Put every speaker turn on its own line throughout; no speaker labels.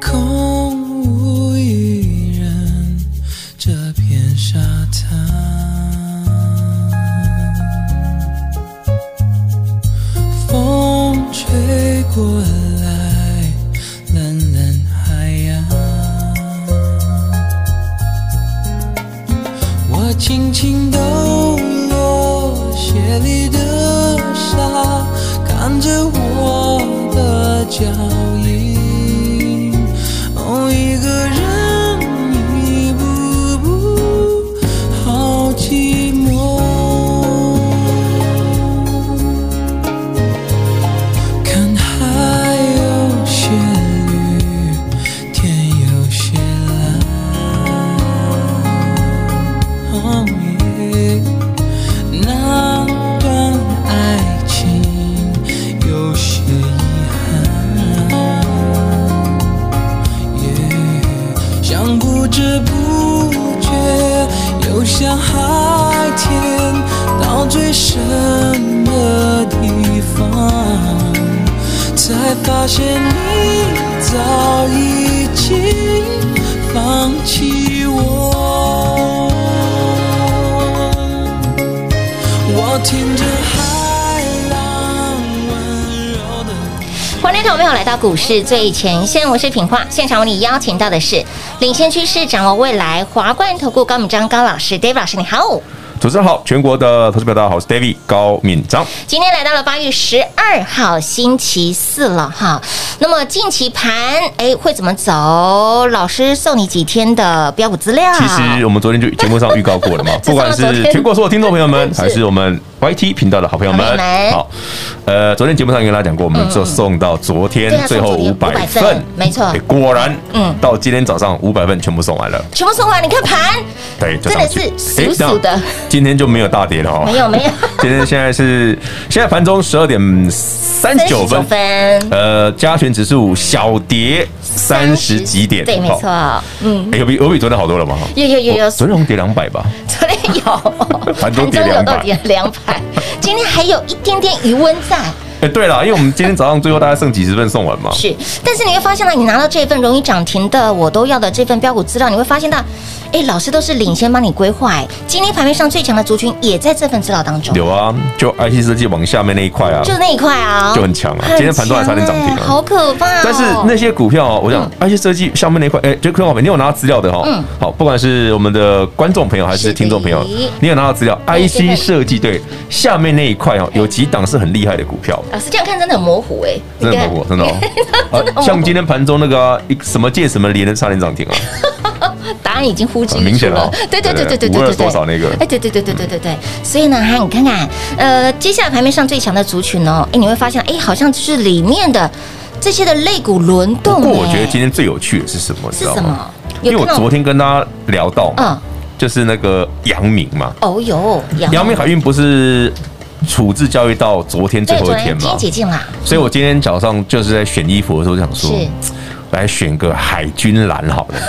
空无一人，这片沙滩。风吹过来，蓝蓝海洋。我轻轻抖落鞋里的沙，看着我的脚印。哦，一个人一步步，好寂寞。看海有些绿，天有些蓝。哦耶那段爱情有些遗憾。耶，像不知不觉游向海天，到最深的地方，才发现你早已经放弃我。我听着海浪温柔的。
欢迎投朋友来到股市最前线，我是品化，现场为你邀请到的是领先趋势、掌握未来华冠投顾高敏章高老师，David 老师，你好。
主持人好，全国的投资表大家好，我是 David 高敏章。
今天来到了八月十二号星期四了哈，那么近期盘哎会怎么走？老师送你几天的标股资料。，
其实我们昨天就节目上预告过了嘛
这是我
不管
昨
是
天
全国所有听众朋友们，
是
还是我们 YT 频道的好朋友
好
们
朋友，们
好，呃，昨天节目上已经跟大家讲过，我们就送到昨
对
天
啊
最后
送昨
五
天
百
500份
份，
没错
哎果然，
嗯
嗯，到今天早上五百份全部送完了，
全部送啊完，你看盘
对，就
真的
上去
是
哎
死死
那
的，
今天就没有大跌了哦，
没有没有，
今天现在是现在盘中十二点三十九分
39，分，
呃，加权指数小跌三十几点，
对，没
好
错，嗯，
哎、有比有比昨天好多了嘛？
有有有有
我昨天好像跌两百吧，
昨天有，
盘中跌
盘有
200
到跌两百，今天还有一点点余温在。
哎、对了，因为我们今天早上最后大概剩几十份送完嘛，
是，但是你会发现到，你拿到这份容易涨停的我都要的这份标股资料，你会发现到，哎，老师都是领先帮你规划，哎，今天盘面上最强的族群也在这份资料当中，
有啊，就 IC 设计往下面那一块啊，
就那一块啊，
就很强啊
很
今天盘中还差点涨停啊
强哎好可怕哦。
但是那些股票、哦，我想 IC 设计下面那一块，哎、就柯老板，你有拿到资料的哈、哦？
嗯
好，不管是我们的观众朋友还
是
是
的
听众朋友，你有拿到资料
对对对
？IC 设计对下面那一块哦，有几档是很厉害的股票。
老师这样看真的很模糊，哎，
真的
你看
很火，真的哦！啊像今天盘中那个啊一什么借什么连的差点涨停啊，
答案已经呼之
很
欲
明
出
显了
了
哦。
对对对对对
对
对
无
对
二多少那个
哎，对对对对对对对。所以呢，哈，你看看，呃，接下来盘面上最强的族群哦，哎，你会发现，哎，好像就是里面的这些的肋骨轮动。
不过我
哎
觉得今天最有趣的是什么？你
是
知道
什
吗
么？？
因为我
看到
昨天跟大家聊到嘛，
嗯，
就是那个阳明嘛，
哦哟，
阳明海运不是处置交易到昨天最
对，
后
昨
一天
天今
嘛
天，解禁啦，
所以我今天早上就是在选衣服的时候想说
是，
来选个海军蓝好了。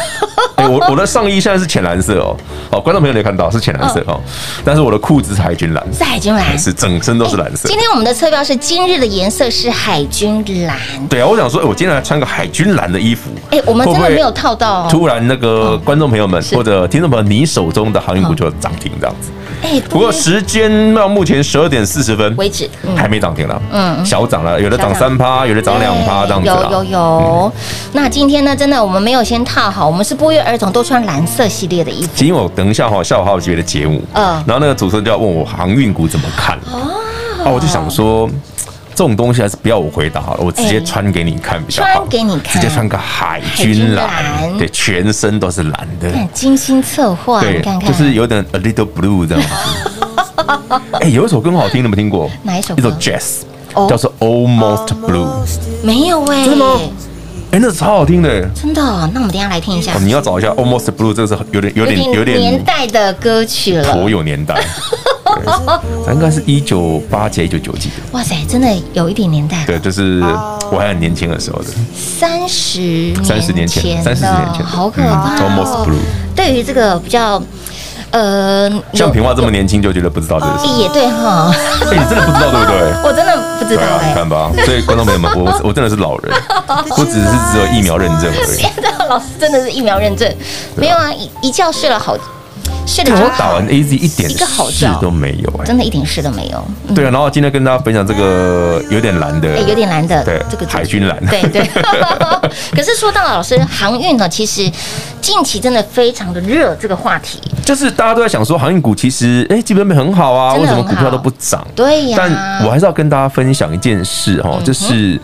哎、我我的上衣现在是浅蓝色哦，哦，观众朋友没有看到是浅蓝色哦，
嗯
但是我的裤子是海军蓝，
是海军蓝。
哎是整身都是蓝色
哎今。天我们的车标是今日的颜色是海军蓝，
对啊，我想说，哎、我今天来穿个海军蓝的衣服，
哎，我们真
会
的
不会
没有套到哦，嗯
突然那个观众朋友们
是嗯
或者听众朋友，你手中的航运股就涨停这样子。
哎，
不过时间到目前十二点四十分
为止嗯
还没涨停了，
嗯
嗯，小涨了，有的涨
小涨
三趴，有的涨两趴这样子
有有
啊。
有。那今天呢，真的我们没有先套好，我们是不约而同都穿蓝色系列的衣服。
其实因为我等一下哈，下午还有别的节目，
嗯哦
嗯，然后那个主持人就要问我航运股怎么看，啊，我就想说。这种东西还是不要我回答好了，我直接
哎
穿给你看比较好。
穿给你看
直接穿个
海
海
军
军
蓝
蓝，对，全身都是蓝的。
看精心策划，你
对
看，看，
就是有点 a little blue 这 样子。哎，有一首歌很好听，你有没有听过？
哪一首
一
歌
首 jazz，
哦
叫做 Almost Blue。
没有哎、
真的吗哎，那超好听的欸。
真的哦。那我们等一下来听一下
哦，，你要找一下 Almost Blue，这个是有点有点
年
有点
代的歌曲了
颇。有年代。对咱应该是一九八几、一九九几的，
哇塞，真的有一点年代了，
对，就是
哦
我还很年轻的时候的，
三十
三十年前，三四十年前，
好可怕
嗯，Almost
哦！
Blue，
对于这个比较，呃，
像
有
平话这么年轻就觉得不知道这个事，
也对哈，
哎，你真的不知道对不 对？
我真的不知道
对啊，
哎
你、看吧，所以观众朋友们，我我真的是老 人，我只是只有疫苗认证 而已。
现在老师真的是疫苗认证，没有啊，一一觉睡了好，睡得
对
就
哎我
好
打完 A Z 一点
一个好
事
觉
都没有哎、
真的一点事都没有。嗯
对啊，然后今天跟大家分享这个有点蓝的
哎，，有点难的，
对
这个
海军蓝
对对。 可是说到老师航运呢，其实近期真的非常的热这个话题。
就是大家都在想说航运股其实哎、基本面很好啊，
真
为
的
什
很好
么股票都不涨？
对啊嗯呀、
但我还是要跟大家分享一件事哈，就是。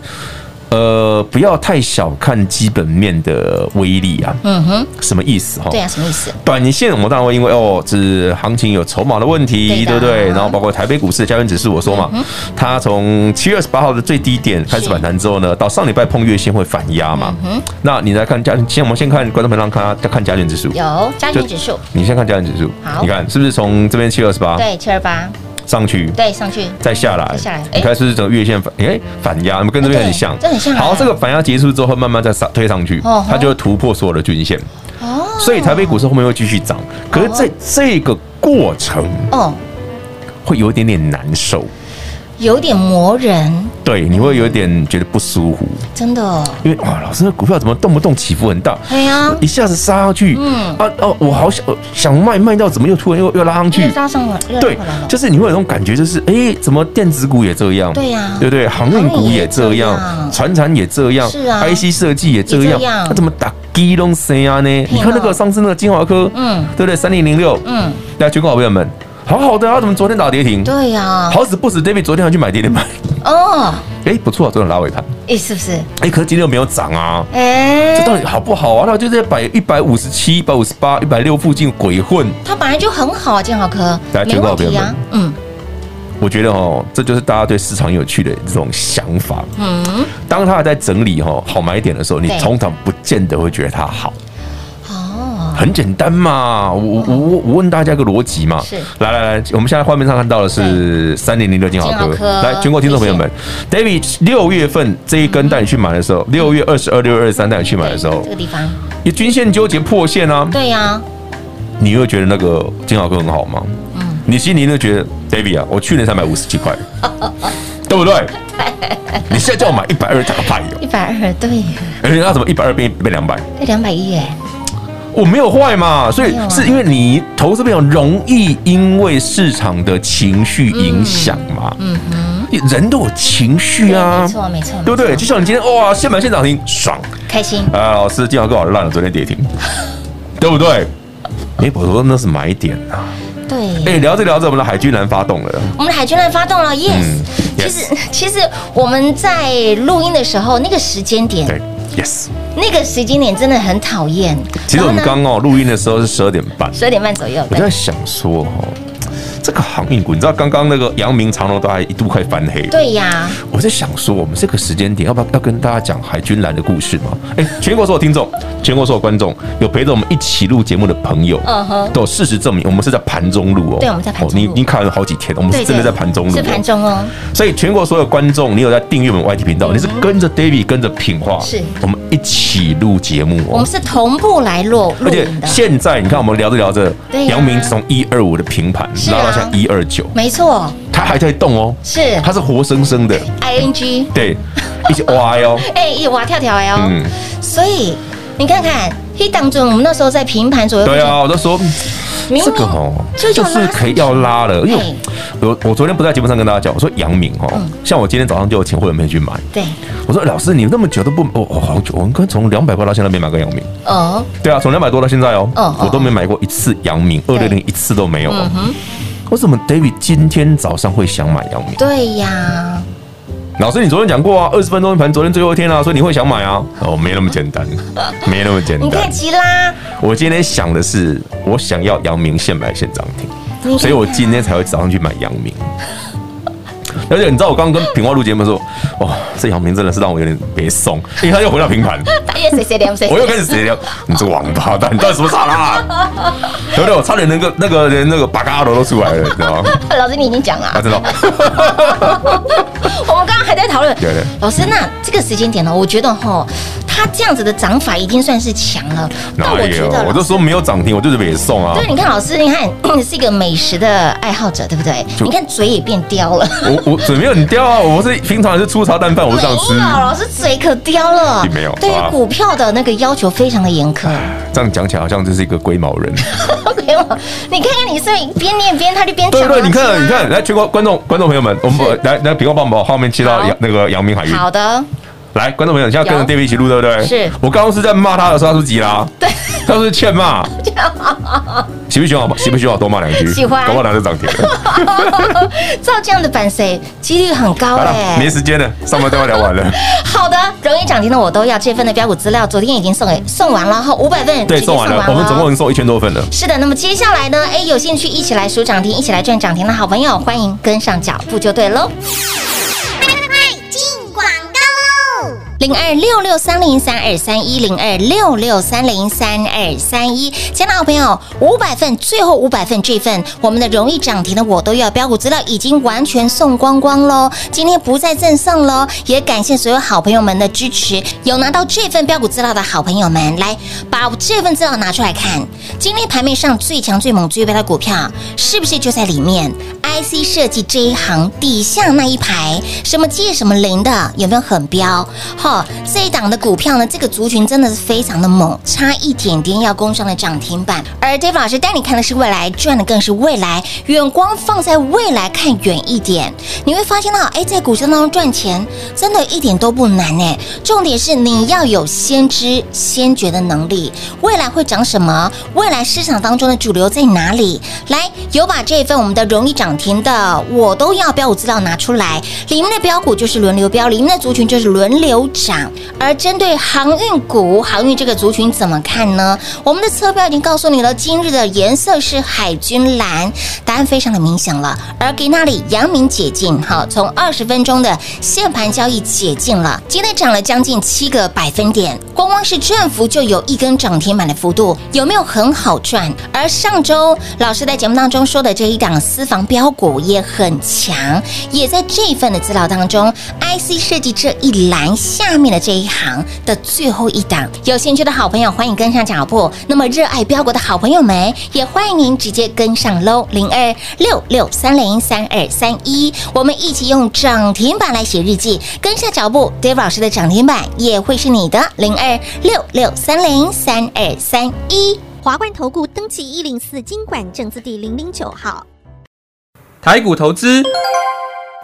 呃，不要太小看基本面的威力啊！
嗯哼，
什么意思哈？
对啊，什么意思？
短线我们当然会因为哦，是行情有筹码的问题，
对的嗯
对不对？然后包括台北股市的加权指数，我说嘛，它从七月二十八号的最低点开始反弹之后呢，到上礼拜碰月线会反压嘛。
嗯
那你来看加，先我们先看观众朋友让看看加权指数，
有加权指数，
你先看加权指数
好，
你看是不是从这边七月二十八
对七二八，
上去？
对上去，
再下来，
再下来
你看是不是整个月线反？哎、反压，我们跟这边很像
哎，对这很像啊
好，这个反压结束之后，慢慢再上推上去
哦，
它就会突破所有的均线。
哦啊
所以台北股市后面会继续涨，可是这、这个过程
哦，
会有一点点难受，
有点磨人，
对，你会有点觉得不舒服，
真的哦。
因为哇，老师那股票怎么动不动起伏很大，
对呀、
一下子杀上去，
嗯
啊哦，我好想呃想卖，卖到怎么又突然又又拉上
因
去
为？搭上了，热
对
回来，了
就是你会有那种感觉，就是哎、怎么电子股也这样？
对呀
对不对？航运股也这
航运也这
样，
样
船产也这样，
是啊
i c 设计也这
也
样
这样，
那怎么打鸡笼谁啊呢？你看那个上次那个金华科，
嗯
对不对？三零零六，
嗯，
大家全国好朋友们，好好的啊，怎么昨天打跌停？
对呀、
好死不死，David 昨天还去买跌 停板，
哦，
哎，不错啊，昨天有拉尾盘，
哎、是不是？
哎，可是今天又没有涨啊。
哎、
这到底好不好啊？那就在百一百五十七、一百五十八、一百六附近鬼混，
它本来就很好啊，建豪科
大家，
没
觉得
问题啊
好。
嗯
我觉得哦，这就是大家对市场有趣的这种想法。
嗯，
当它还在整理哈好买点的时候，你
对
通常不见得会觉得它好，
哦，
很简单嘛。我我我我问大家一个逻辑嘛。
是
来来来，我们现在画面上看到的是三零零六金豪
金豪
科。
科
来，全国听众朋友们，David 六月份这一根带你去买的时
嗯
候，六月二十二、六月二十三带你去买的时候
这，个地方，
你均线纠结破线啊，
对呀，
你会觉得那个金豪科很好吗？
嗯
你心里就觉得 David 啊，我去年才买五十几 块，对不对？你现在叫我买一百二，打个屁哦！
一百二，对，
哎，那怎么一百二变变两百？
两百一耶，
我没有坏嘛，所以
没有啊
是因为你投资朋友容易因为市场的情绪影响嘛，嗯人都有情绪啊
没，错没错，
对不对？
没
就
错
像你今天哇，现买现涨停，爽
开心，
啊！老师，今天跟我烂了，昨天跌停， 对不对？哎，我说那是买点啊！
对耶。
哎，聊着聊着，我们的海军蓝发动了，
我们的海军蓝发动了，yes
嗯。
其
yes
实，其实我们在录音的时候，那个时间点，
对，yes。
那个时间点真的很讨厌。
其实我们刚哦录音的时候是十二点半，
十二点半左右，
我
对
在想说哦，这个航运股，你知道刚刚那个阳明长隆都还一度快翻黑，
对呀，
我在想说，我们这个时间点要不要要跟大家讲海军蓝的故事吗？哎、全国所有听众，全国所有观众，有陪着我们一起录节目的朋友，
嗯哼
都有事实证明，我们是在盘中录哦。
对我们在盘中录
你你看了好几天，我们是
对，
真的在
对
盘中录、哦。
是盘中哦，
所以全国所有观众，你有在订阅我们 YT 频道，你是跟着 David 跟着品化，
嗯是
我们一起录节目
我
哦
们。是同步来录录
而且
影的，
现在你看，我们聊着聊着，
对呀
阳明从一二五的平盘
是啊
拉到现在一二九，
没错，
它还在动哦，
是
它是活生生的，
ing。
对，一起歪 哦。
哎、一哇跳跳哎哦，
嗯
所以你看看，黑当中我们那时候在平盘左右，
对，啊，我都说
明明
这个哦，
就
就
要拉
是可以要拉了，因为
嘿
我我昨天不在节目上跟大家讲，我说杨明哦，
嗯
像我今天早上就有请会员朋友去买，
对，
我说老师你那么久都不，我我好久，我跟从两百块到现在没买过杨明，
哦，
对啊，从两百多到现在哦
嗯，
我都没买过一次杨明，二
对
六零一次都没有哦
嗯。哼，
为什么 David 今天早上会想买杨明？
对呀，
老师，你昨天讲过啊，二十分钟一盘，昨天最后一天啊，所以你会想买啊？哦，没那么简单，没那么简
你
单
看。吉拉，
我今天想的是，我想要阳明现买现涨停。
你看
所以我今天才会早上去买阳明。 而且你知道我刚刚跟平花录节目的时候，哇，这杨明真的是让我有点别松，因为他又回到平 盘，
半哎夜谁谁聊谁啊
我又开始谁聊，你这个王八蛋，你到底什么差啦？对不对？我差点那个那个连那个巴嘎罗都出来了，你知道吗？
老师你已经讲了
啊，
啊，
知道，
我们刚刚还在讨论
对对。
老师，那这个时间点呢？我觉得哈，它这样子的涨法已经算是强了。但
哪
我
里
觉
有
得？
我就
老师
说没有涨停，我就是别送啊。
对，你看老师，你看 你是一个美食的爱好者，对不对？
就
你看嘴也变刁了。
我我嘴没有你刁啊，我是平常是粗茶淡饭，我是这样吃
没有，。老师嘴可刁了
并没有，
对
好
于
吧
股票的那个要求非常的严苛。
这样讲起来好像就是一个龟毛人。
没有，你看看你是不是边念边他就边讲
对
啊。
对，你
是
看
吗
你看，来全国观众观众朋友们，我们把来来，平光帮我们把画面切到
好
阳那个阳明海运。
好的，
来，观众朋友，你现在跟着
有
David 一起录，对不对？
是
我刚刚是在骂他的杀猪吉啦，对，他是不是 欠骂，喜不喜欢我？喜不喜欢我多骂两句？
喜欢
搞不好哪就涨 停了。
照这样的版谁几率很高
好了
哎、，
没时间了，上班都要聊 完了。
好的，容易涨停的我都要。这份的标股资料昨天已经送给送完了哈，五百份
对，
直接
送完了，我们总共送一千多份了。
是的，那么接下来呢？哎，有兴趣一起来数涨停、一起来赚涨停的好朋友，欢迎跟上脚步就对喽。零二六六三零三二三一零二六六三零三二三一，亲爱的好朋友，五百份，最后五百份这份我们的容易涨停的我都要标股资料已经完全送光光喽，今天不再赠送喽，也感谢所有好朋友们的支持，有拿到这份标股资料的好朋友们，来把这份资料拿出来看，今天盘面上最强、最猛、最标的股票是不是就在里面？IC 设计这一行底下那一排，什么借什么零的，有没有很标？哈、这一档的股票呢，这个族群真的是非常的猛，差一点点要攻上了涨停板。而 Dave 老师带你看的是未来，赚的更是未来，远光放在未来看远一点，你会发现到，哎，在股市当中赚钱真的一点都不难哎。重点是你要有先知先觉的能力，未来会涨什么？未来市场当中的主流在哪里？来，有把这一份我们的容易涨停的，我都要标股资料拿出来，里面的标股就是轮流标，里面的族群就是轮流涨。而针对航运股，航运这个族群怎么看呢？我们的车标已经告诉你了，今日的颜色是海军蓝，答案非常的明显了。而给那里阳明解禁，好，从二十分钟的限盘交易解禁了，今天涨了将近七个百分点，光光是振幅就有一根涨停板的幅度，有没有很好赚？而上周老师在节目当中说的这一档私房标股也很强，也在这一份的资料当中，IC 设计这一栏下面的这一行的最后一档，有兴趣的好朋友欢迎跟上脚步。那么热爱标股的好朋友们，也欢迎您直接跟上喽，零二六六三零三二三一，我们一起用涨停板来写日记，跟上脚步，Dave 老师的涨停板也会是你的，零二六六三零三二三一。
华冠投顾登记一零四经管证字第零零九号。
台股投资，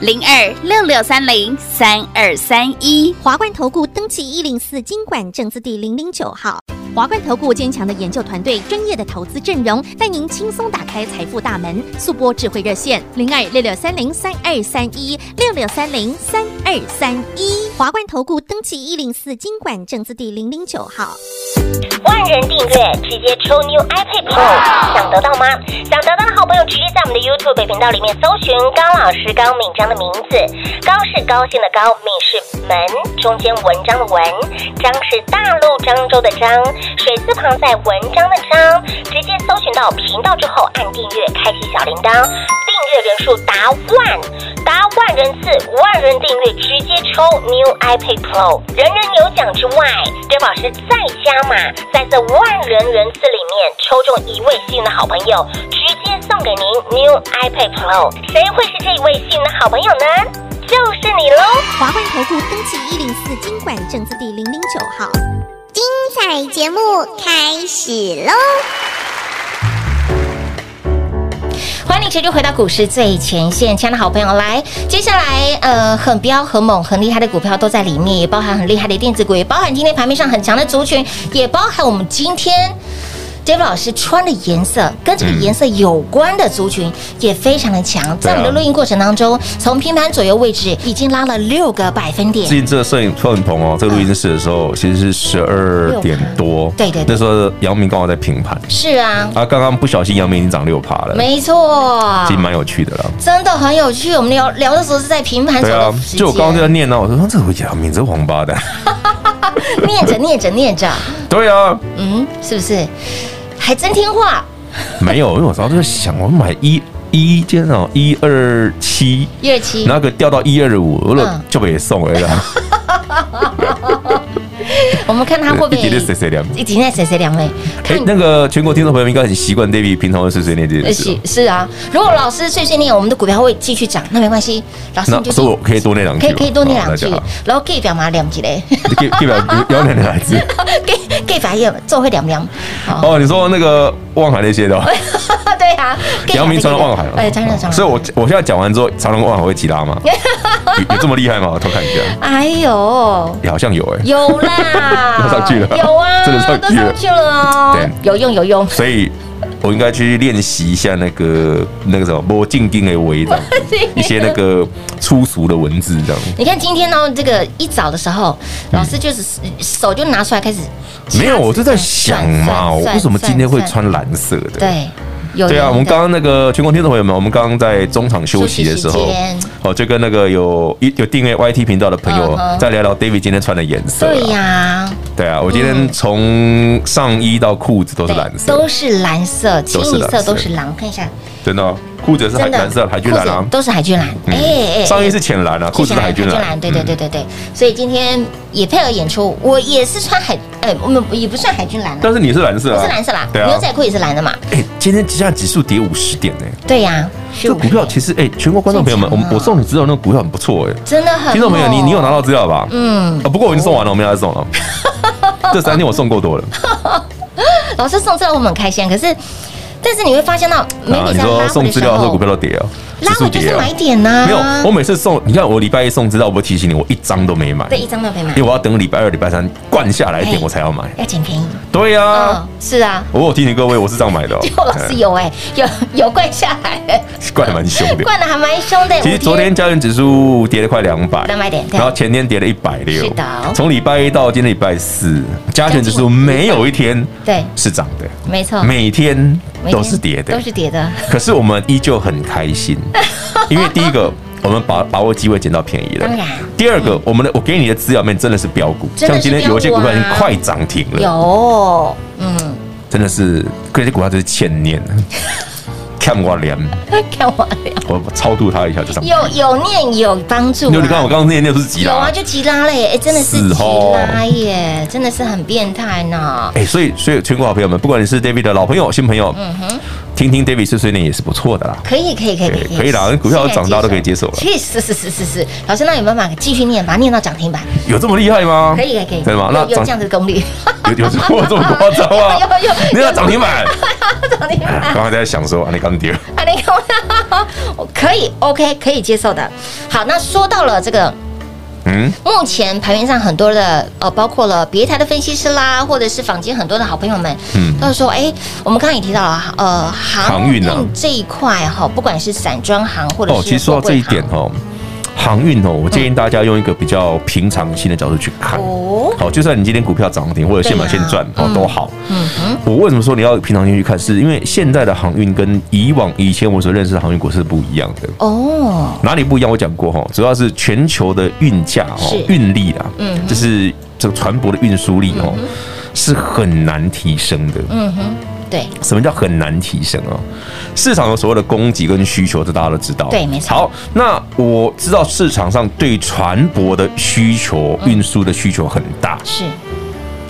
零二六六三零三二三一。
华冠投顾登记一零四经管证字第零零九号。华冠投顾坚强的研究团队，专业的投资阵容，带您轻松打开财富大门。速播智慧热线零二六六三零三二三一六六三零三二三一。华冠投顾登记一零四经管证字第零零九号。
万人订阅，直接抽 New iPad Pro，想得到吗？想得到的好朋友，直接在我们的 YouTube 频道里面搜寻高老师高敏章的名字，高是高兴的高，敏是门，中间文章的文，章是大陆漳州的章，水字旁在文章的章，直接搜寻到频道之后按订阅，开启小铃铛，订阅人数达万。达万人次、万人订阅，直接抽 New iPad Pro，人人有奖之外，对老师再加码，在这万人人次里面抽中一位幸运的好朋友，直接送给您 New iPad Pro。谁会是这一位幸运的好朋友呢？就是你喽！
华冠投顾登记一零四经管证字第零零九号。精彩节目开始喽！
欢迎钱就回到股市最前线，亲爱的好朋友，来，接下来呃，很彪、很猛、很厉害的股票都在里面，也包含很厉害的电子股，也包含今天盘面上很强的族群，也包含我们今天 David 老师穿的颜色跟这个颜色有关的族群也非常的强。
啊
在我们的录音过程当中，从平盘左右位置已经拉了六个百分点
之，前这个摄影摄影棚哦，这个录音室的时候，其实是十二点多，
嗯对对对
那时候阳明刚好在平盘
是啊，
啊，刚刚不小心阳明已经涨六趴了，
没错
其，实蛮有趣的啦。
真的很有趣。我们聊聊的时候是在平盘左
对啊
右的，时间，
就我刚刚就在念呢，我说啊这个阳明这王八蛋，
念着念着念着，
对啊，
嗯，是不是？还真听话，
没有，因为我早就在想，我买一一间哦，一二七，
一二七
然后给掉到一二五，我说
嗯
就被送了啦，
我们看他会不会
一点点谁谁凉。
一点点谁谁两位？
哎
看，
那个全国听众朋友们应该很习惯 David 平常会碎碎念哦这件
呃
事
是。是啊，如果老师碎碎念，我们的股票会继续涨，那没关系，老师
那
你啊就
所以我可以多念两句
可
吗，
以可以多念两句
好，
然后 gay 表嘛两句嘞
那就好可以可以把要念两句。
，gay gay 表也做会两两， 好，
哦，你说那个望海那些 的哦，
对啊，gay
姚明
表
传到望海哦
这个哎，当然当然，
所以我我现在讲完之后，长隆望海会吉 拉吗？有有这么厉害吗？我偷看一下，
哎呦。
也好像有哎。
有啦
，都上去了
有啊，
真的上去了
都上去了哦
对，
有用有用，
所以我应该去练习一下那个那个什么波静定的围这样子，一些那个粗俗的文字这样。
你看今天哦呢，这个一早的时候，老师就是手就拿出来开始，
没有，我就在想嘛，我
算
为什么今天会？
算
穿蓝色的？
算算对，有
对啊，
人
我们
的
刚刚那个全国听众朋友们，我们刚刚在中场休息的时
休
候
息时间，
哦，就跟那个有一有订阅 YT 频道的朋友
嗯哼
在聊聊 David 今天穿的颜色啊。
对呀，嗯
对啊，我今天从上衣到裤子都是蓝
对
色，
都是蓝色，清
都是
一
蓝
色
色
都是蓝，看一下，
真的哦，裤子是海
真的
蓝色，海军蓝
裤
啊
子。都是海军蓝，哎哎哎，
上衣是浅蓝啊，裤子是海军蓝。
对对对
嗯，
对对，所以今天也配合演出，我也是穿海，哎，我们也不算海军蓝了，
但是你是蓝色
我
啊，
是蓝色啦，
对啊
牛。仔裤也是蓝的嘛，
哎，今天现在指数跌五十点呢，
对呀，
这股票其实哎，全国观众朋友们，我
最强啊
们我送你知道那个股票很不错哎，
真的很
听众朋友
猛
你你有拿到资料吧？
嗯，
啊，不过我已经送完了，我没有再 送了。这三天我送够多了。
老师送资料我们很开心，啊可是但是你会发现到每
啊，
每
你
在拉
说
回
送
的时
资料的时候
候
股票，都跌啊，指
拉
数
回就
跌
是
啊
买。点呐，
没有，我每次送，你看我礼拜一送资料，我不提醒你，我一张都没买，
这一张都没买
因为，我要等礼拜二、礼拜三灌下来一点
嘿
我才要买。
要捡便宜，
对呀、
嗯，是啊。
我有提醒各位，我是这样买 的、哦。
结果老师有哎、有有灌下来，
哎灌的蛮凶 的。
灌的还蛮凶的。
其实昨天加元指数跌了快两百，
200点对
然后前天跌了一百六，
是的
从礼拜一到今天礼拜四，加权指数没有一天
对，
是涨的，
没错，
每天
每天
都是跌的，
都是跌的，
可是我们依旧很 开心，因为第一个，我们把把握机会捡到便宜了
当然。
第二个，我们的我给你的资料里面真的是标股，
真的
像
是
今天有一些
标
股
股啊
票已经快涨停了，
有， 嗯，
真的是这些股票就是 欠念，看我脸，
看我聊，
我超度它一下就上去。
有有念有帮助、啊。
就你看我刚刚念念不是急
有啊，
啦。
就吉拉了耶，哎、真的是
是
吉
哦
拉耶，真的是很变态呢。
哎，所以所以全国好朋友们，不管你是 David 的老朋友、新朋友，听听 David 碎碎念也是不错的啦。
可以可以可以
对可以啦股票涨大都可以接受了
是是是是是是，老师，那有没有办法继续念，把它念到涨停板？
有这么厉害吗？
可以可以可以，
真的吗？那
有有这样
涨
子的功力，
有有这么这么夸张吗
有有有？
你要涨停板。
涨停板。
刚才在想说，啊，你刚丢，
啊，你看我， 可以，OK，可以接受的。好，那说到了这个。
嗯，
目前盘面上很多的呃，包括了别台的分析师啦，或者是坊间很多的好朋友们，
嗯
都是说，哎，我们刚刚也提到了，呃，航
航运啊
这一块哈，不管是散装行或者是
哦，其实说到这一点哦，航运哦，我建议大家用一个比较平常心的角度去看。
嗯哦，
好，就算你今天股票涨停或者现买
对
现
啊
赚哦
嗯
都好。
嗯哼，
我为什么说你要平常心去看？是因为现在的航运跟以往以前我所认识的航运股是不一样的。
哦，
哪里不一样？我讲过哈，主要是全球的运价
是
哦，运力啊，
嗯
就是这个船舶的运输力哦，是很难提升的。
嗯哼，对，
什么叫很难提升啊？市场有所谓的供给跟需求，这大家都知道。
对没错
好，那我知道市场上对船舶的需求、运输的需求很大，
是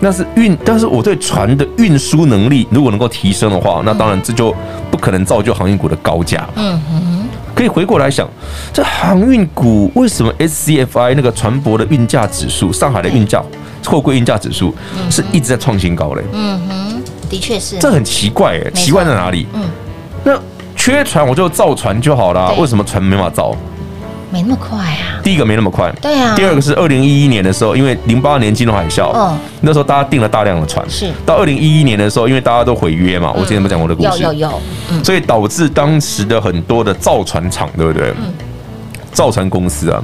那是运，但是我对船的运输能力如果能够提升的话，那当然这就不可能造就航运股的高价。嗯可以回过来想，这航运股为什么 SCFI 那个船舶的运价指数，上海的运价、
嗯
货柜运价指数是一直在创新高嘞？
的确是，
这很奇怪哎、
嗯错
奇怪在哪里？
嗯
那缺船我就造船就好啦。
对
为什么船没办法造？
没那么快啊。
第一个没那么快，
对啊
第二个是二零一一年的时候，因为零八年金融海啸，
嗯
那时候大家订了大量的船，
是
到二零一一年的时候，因为大家都毁约嘛，我之前不讲我的故
有
事，
有有，嗯，
所以导致当时的很多的造船厂，对不对？
嗯
造船公司啊，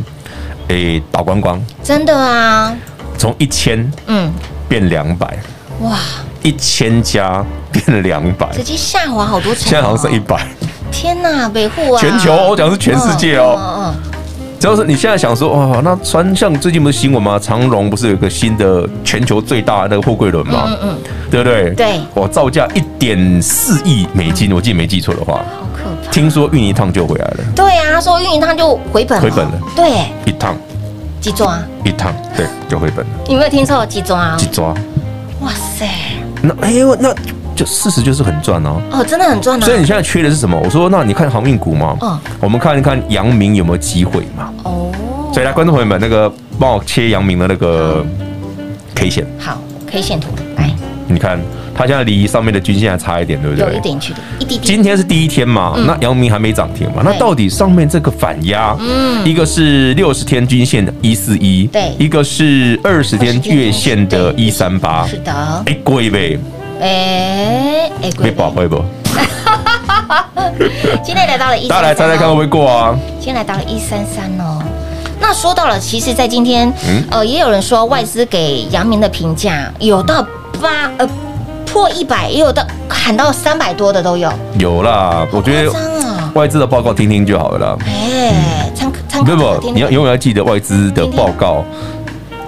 诶、打光光，
真的啊，
从一千
嗯，
变两百，
哇，
一千家变两百，
直接下滑好多层、哦。
现在好像剩一百。
天哪，维护啊！
全球哦我讲的是全世界哦
嗯嗯嗯
只要是你现在想说哦，那船像最近不是新闻吗？长荣不是有一个新的全球最大的那个货柜轮吗？
嗯嗯
对不对？
对
我造价一点四亿美金，我记得没记错的话，
嗯，好可怕。
听说运一趟就回来了，
对啊，他说运营他就回本了。
回本了。
对，
一趟
几抓？
一趟，对，就回本了，
你没有听错，几抓
去？抓。
哇塞，
那哎呦，那就事实就是很赚哦。
哦，真的很赚啊
所以！你现在缺的是什么？我说，那你看航运股嘛，
嗯
我们看一看阳明有没有机会嘛。
哦，
所以来，观众朋友们，那个帮我切阳明的那个
嗯
K 线，
好，可以显图来，
你看它现在离上面的均线还差一点，对不
有一
对？
点距离，一滴滴。
今天是第一天嘛，那阳明还没涨停嘛，那
对嗯
到底上面这个反压，一个是六十天均线的一四一，
对
一个是二十天月线的一三八，
是的，
哎，贵呗，
哎哎，
被保会不？
今天来到了一，哦
大家来猜猜看会不会过啊？
今天来到了一三三哦。那说到了，其实，在今天，
嗯
呃，也有人说外资给阳明的评价有到八呃破一百，也有到喊到三百多的都有，
有啦，我觉
夸
得
张啊！
外资的报告听听就好了啦。
哎，参考参考
不
这个
不，
天
你要
天
永远要记得外资的报告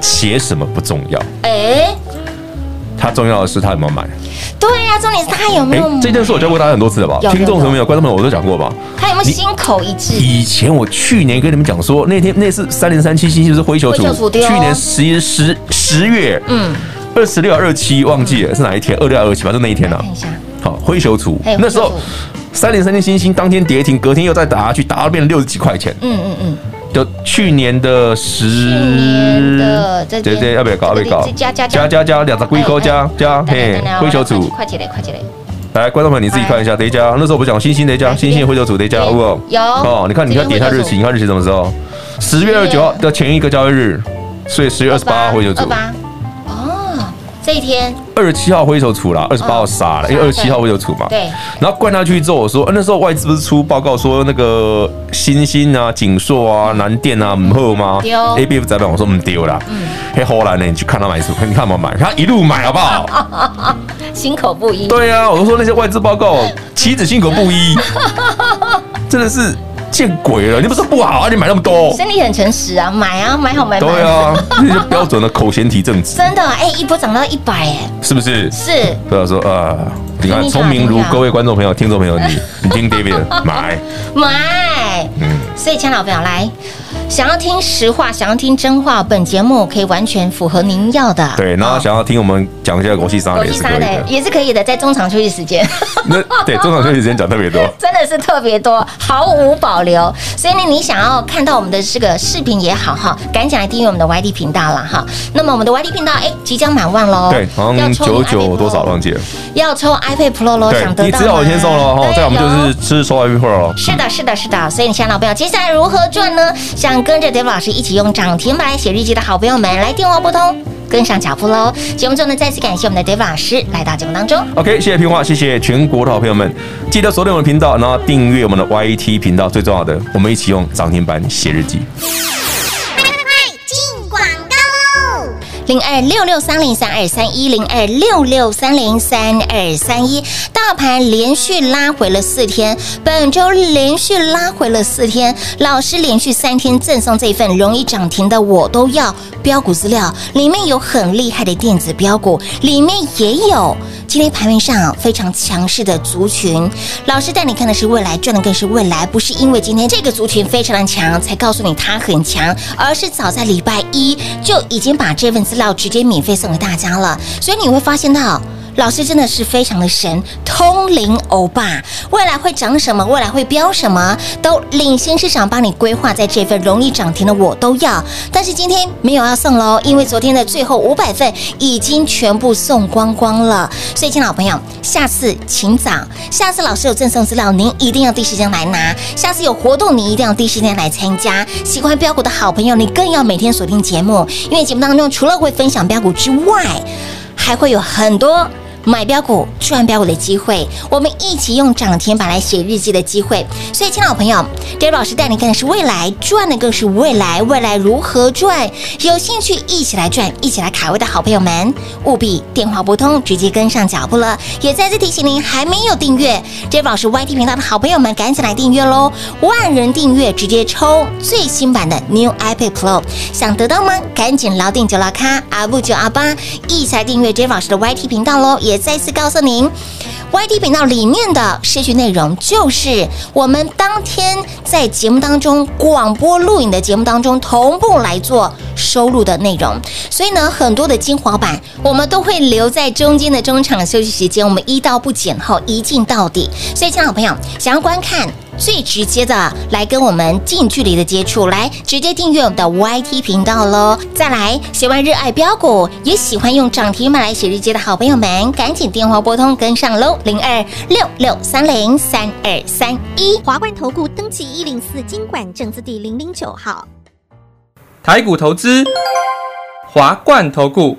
写什么不重要，
哎，
它重要的是它有没有买。
对呀，重点是他有没
哎
有，
这件事我教过大家很多次了吧
有？有嗯
听众
有
朋友们有、观众朋友我都讲过吧？
他有没有心口一致？
以前我去年跟你们讲说，那天那次三零三七星就是灰球
灰球组
组，
对哦
去年十一十十月，
嗯，
二十六二七忘记了是哪一天，二六二七，反正那一天
来
啊
看。一下，
好，灰球组
嘿
那时候
哎灰球
三零三七星星当天跌停，隔天又再打下去，打到变六十几块钱。
嗯嗯嗯，
就去年的十，
去年的这边
嗯要不要搞？要
这
不
里
要搞
这？加加
加加加两只龟沟
哎
加加
等
嘿
等等，
灰球组
快起来，快起来！
来，观众朋友你自己看一下这一家，那时候我讲星星的一家，
来这
星
边
星灰球组的一家，
对
好不好？
有
哦，你看你
这
要
边
点一下
灰球
日
组
期，你看日期什么时候？十月二十九号的前一个交易日，所以十月二十八号灰球组
二，八，哦，这一天
二十七号灰球组啦，二十八号杀了，因为二十七号灰球组嘛。
嗯对，
然后灌下去之后，我说、呃那时候外资不是出报告说那个新星啊、锦硕啊、南电啊、母后吗
丢
？A B F 载板，我说嗯丢啦。嘿，后来呢，你去看他买什么，你看我买，他一路买好不好？
心口不 一，
对啊，我就说那些外资报告棋子心口不 一，真的是见鬼了！你不是说不好啊，你买那么多？
身体很诚实啊，买啊，买好买满
对，啊，那就标准的口嫌体正直，
真的，哎，一波涨到一百，哎，
是不是？
是
不要说
呃
啊，你看
听一下
聪明
听
如
一下
各位观众朋友、听众朋友，你 你听 David 的买，
买。
嗯。
所以，亲爱的老朋友，来，想要听实话，想要听真话，本节目可以完全符合您要的。
对，然后想要听我们讲一下国际商
国
也
际
是可
沙
以
的
的。
也是可以的，在中场休息时间。
那对中场休息时间讲特别多，
真的是特别多，毫无保留。所以呢，你想要看到我们的这个视频也好哈，赶紧来订阅我们的 YD 频道了哈。那么我们的 YD 频道哎，即将满万喽，
对，好像
要抽
九九多少忘
了，
记了。
要抽 iPad Pro 喽，
对
哦想，得
你
到
只好先送了哈，
对
再我们就
有
是吃收 i p o 了。
是的，是的，是的，所以你想老朋友，接下来如何赚呢？想跟着 Dave 老师一起用涨停板来写日记的好朋友们，来电话拨通，跟上脚步喽！节目中呢，再次感谢我们的 Dave 老师来到节目当中。
OK，谢谢平话，谢谢全国的好朋友们，记得锁定我们的频道，然后订阅我们的 YT 频道，最重要的，我们一起用涨停板写日记。
零二六六三零三二三一零二六六三零三二三一，大盘连续拉回了四天，本周连续拉回了四天，老师连续三天赠送这份容易涨停的我都要标股资料，里面有很厉害的电子标股，里面也有今天盘面上非常强势的族群。老师带你看的是未来，赚的更是未来，不是因为今天这个族群非常的强才告诉你它很强，而是早在礼拜一就已经把这份资料直接免费送给大家了，所以你会发现到。老师真的是非常的神，通灵欧巴，未来会涨什么，未来会飙什么，都领先市场帮你规划在这份容易涨停的我都要。但是今天没有啊要送喽，因为昨天的最后五百份已经全部送光光了。所以，亲老朋友，下次请早，下次老师有赠送资料，您一定要第一时间来拿；下次有活动，你一定要第一时间来参加。喜欢标股的好朋友，你更要每天锁定节目，因为节目当中除了会分享标股之外，还会有很多。买标股赚标股的机会，我们一起用涨停板来写日记的机会。所以，亲老朋友 d a v 老师带你看的是未来，赚的更是未来，未来如何赚？有兴趣一起来赚，一起来卡位的好朋友们，务必电话拨通，直接跟上脚步了。也再次提醒您，还没有订阅 d a v 老师 YT 频道的好朋友们，赶紧来订阅喽！万人订阅直接抽最新版的 New iPad Pro，想得到吗？赶紧老定九老咖，阿布九阿八，一起来订阅 d a v 老师的 YT 频道喽！也再次告诉您。YT 频道里面的社群内容，就是我们当天在节目当中广播录影的节目当中同步来做收录的内容。所以呢，很多的精华版我们都会留在中间的中场休息时间，我们一刀不剪后一镜到底。所以，亲爱的朋友，想要观看。最直接的来跟我们近距离的接触，来直接订阅我们的 YT 频道喽。再来，喜欢热爱标股，也喜欢用涨停板来写日记的好朋友们，赶紧电话拨通跟上喽，零二六六三零三二三一。
华冠投顾登记一零四经管证字第零零九号。
台股投资，华冠投顾。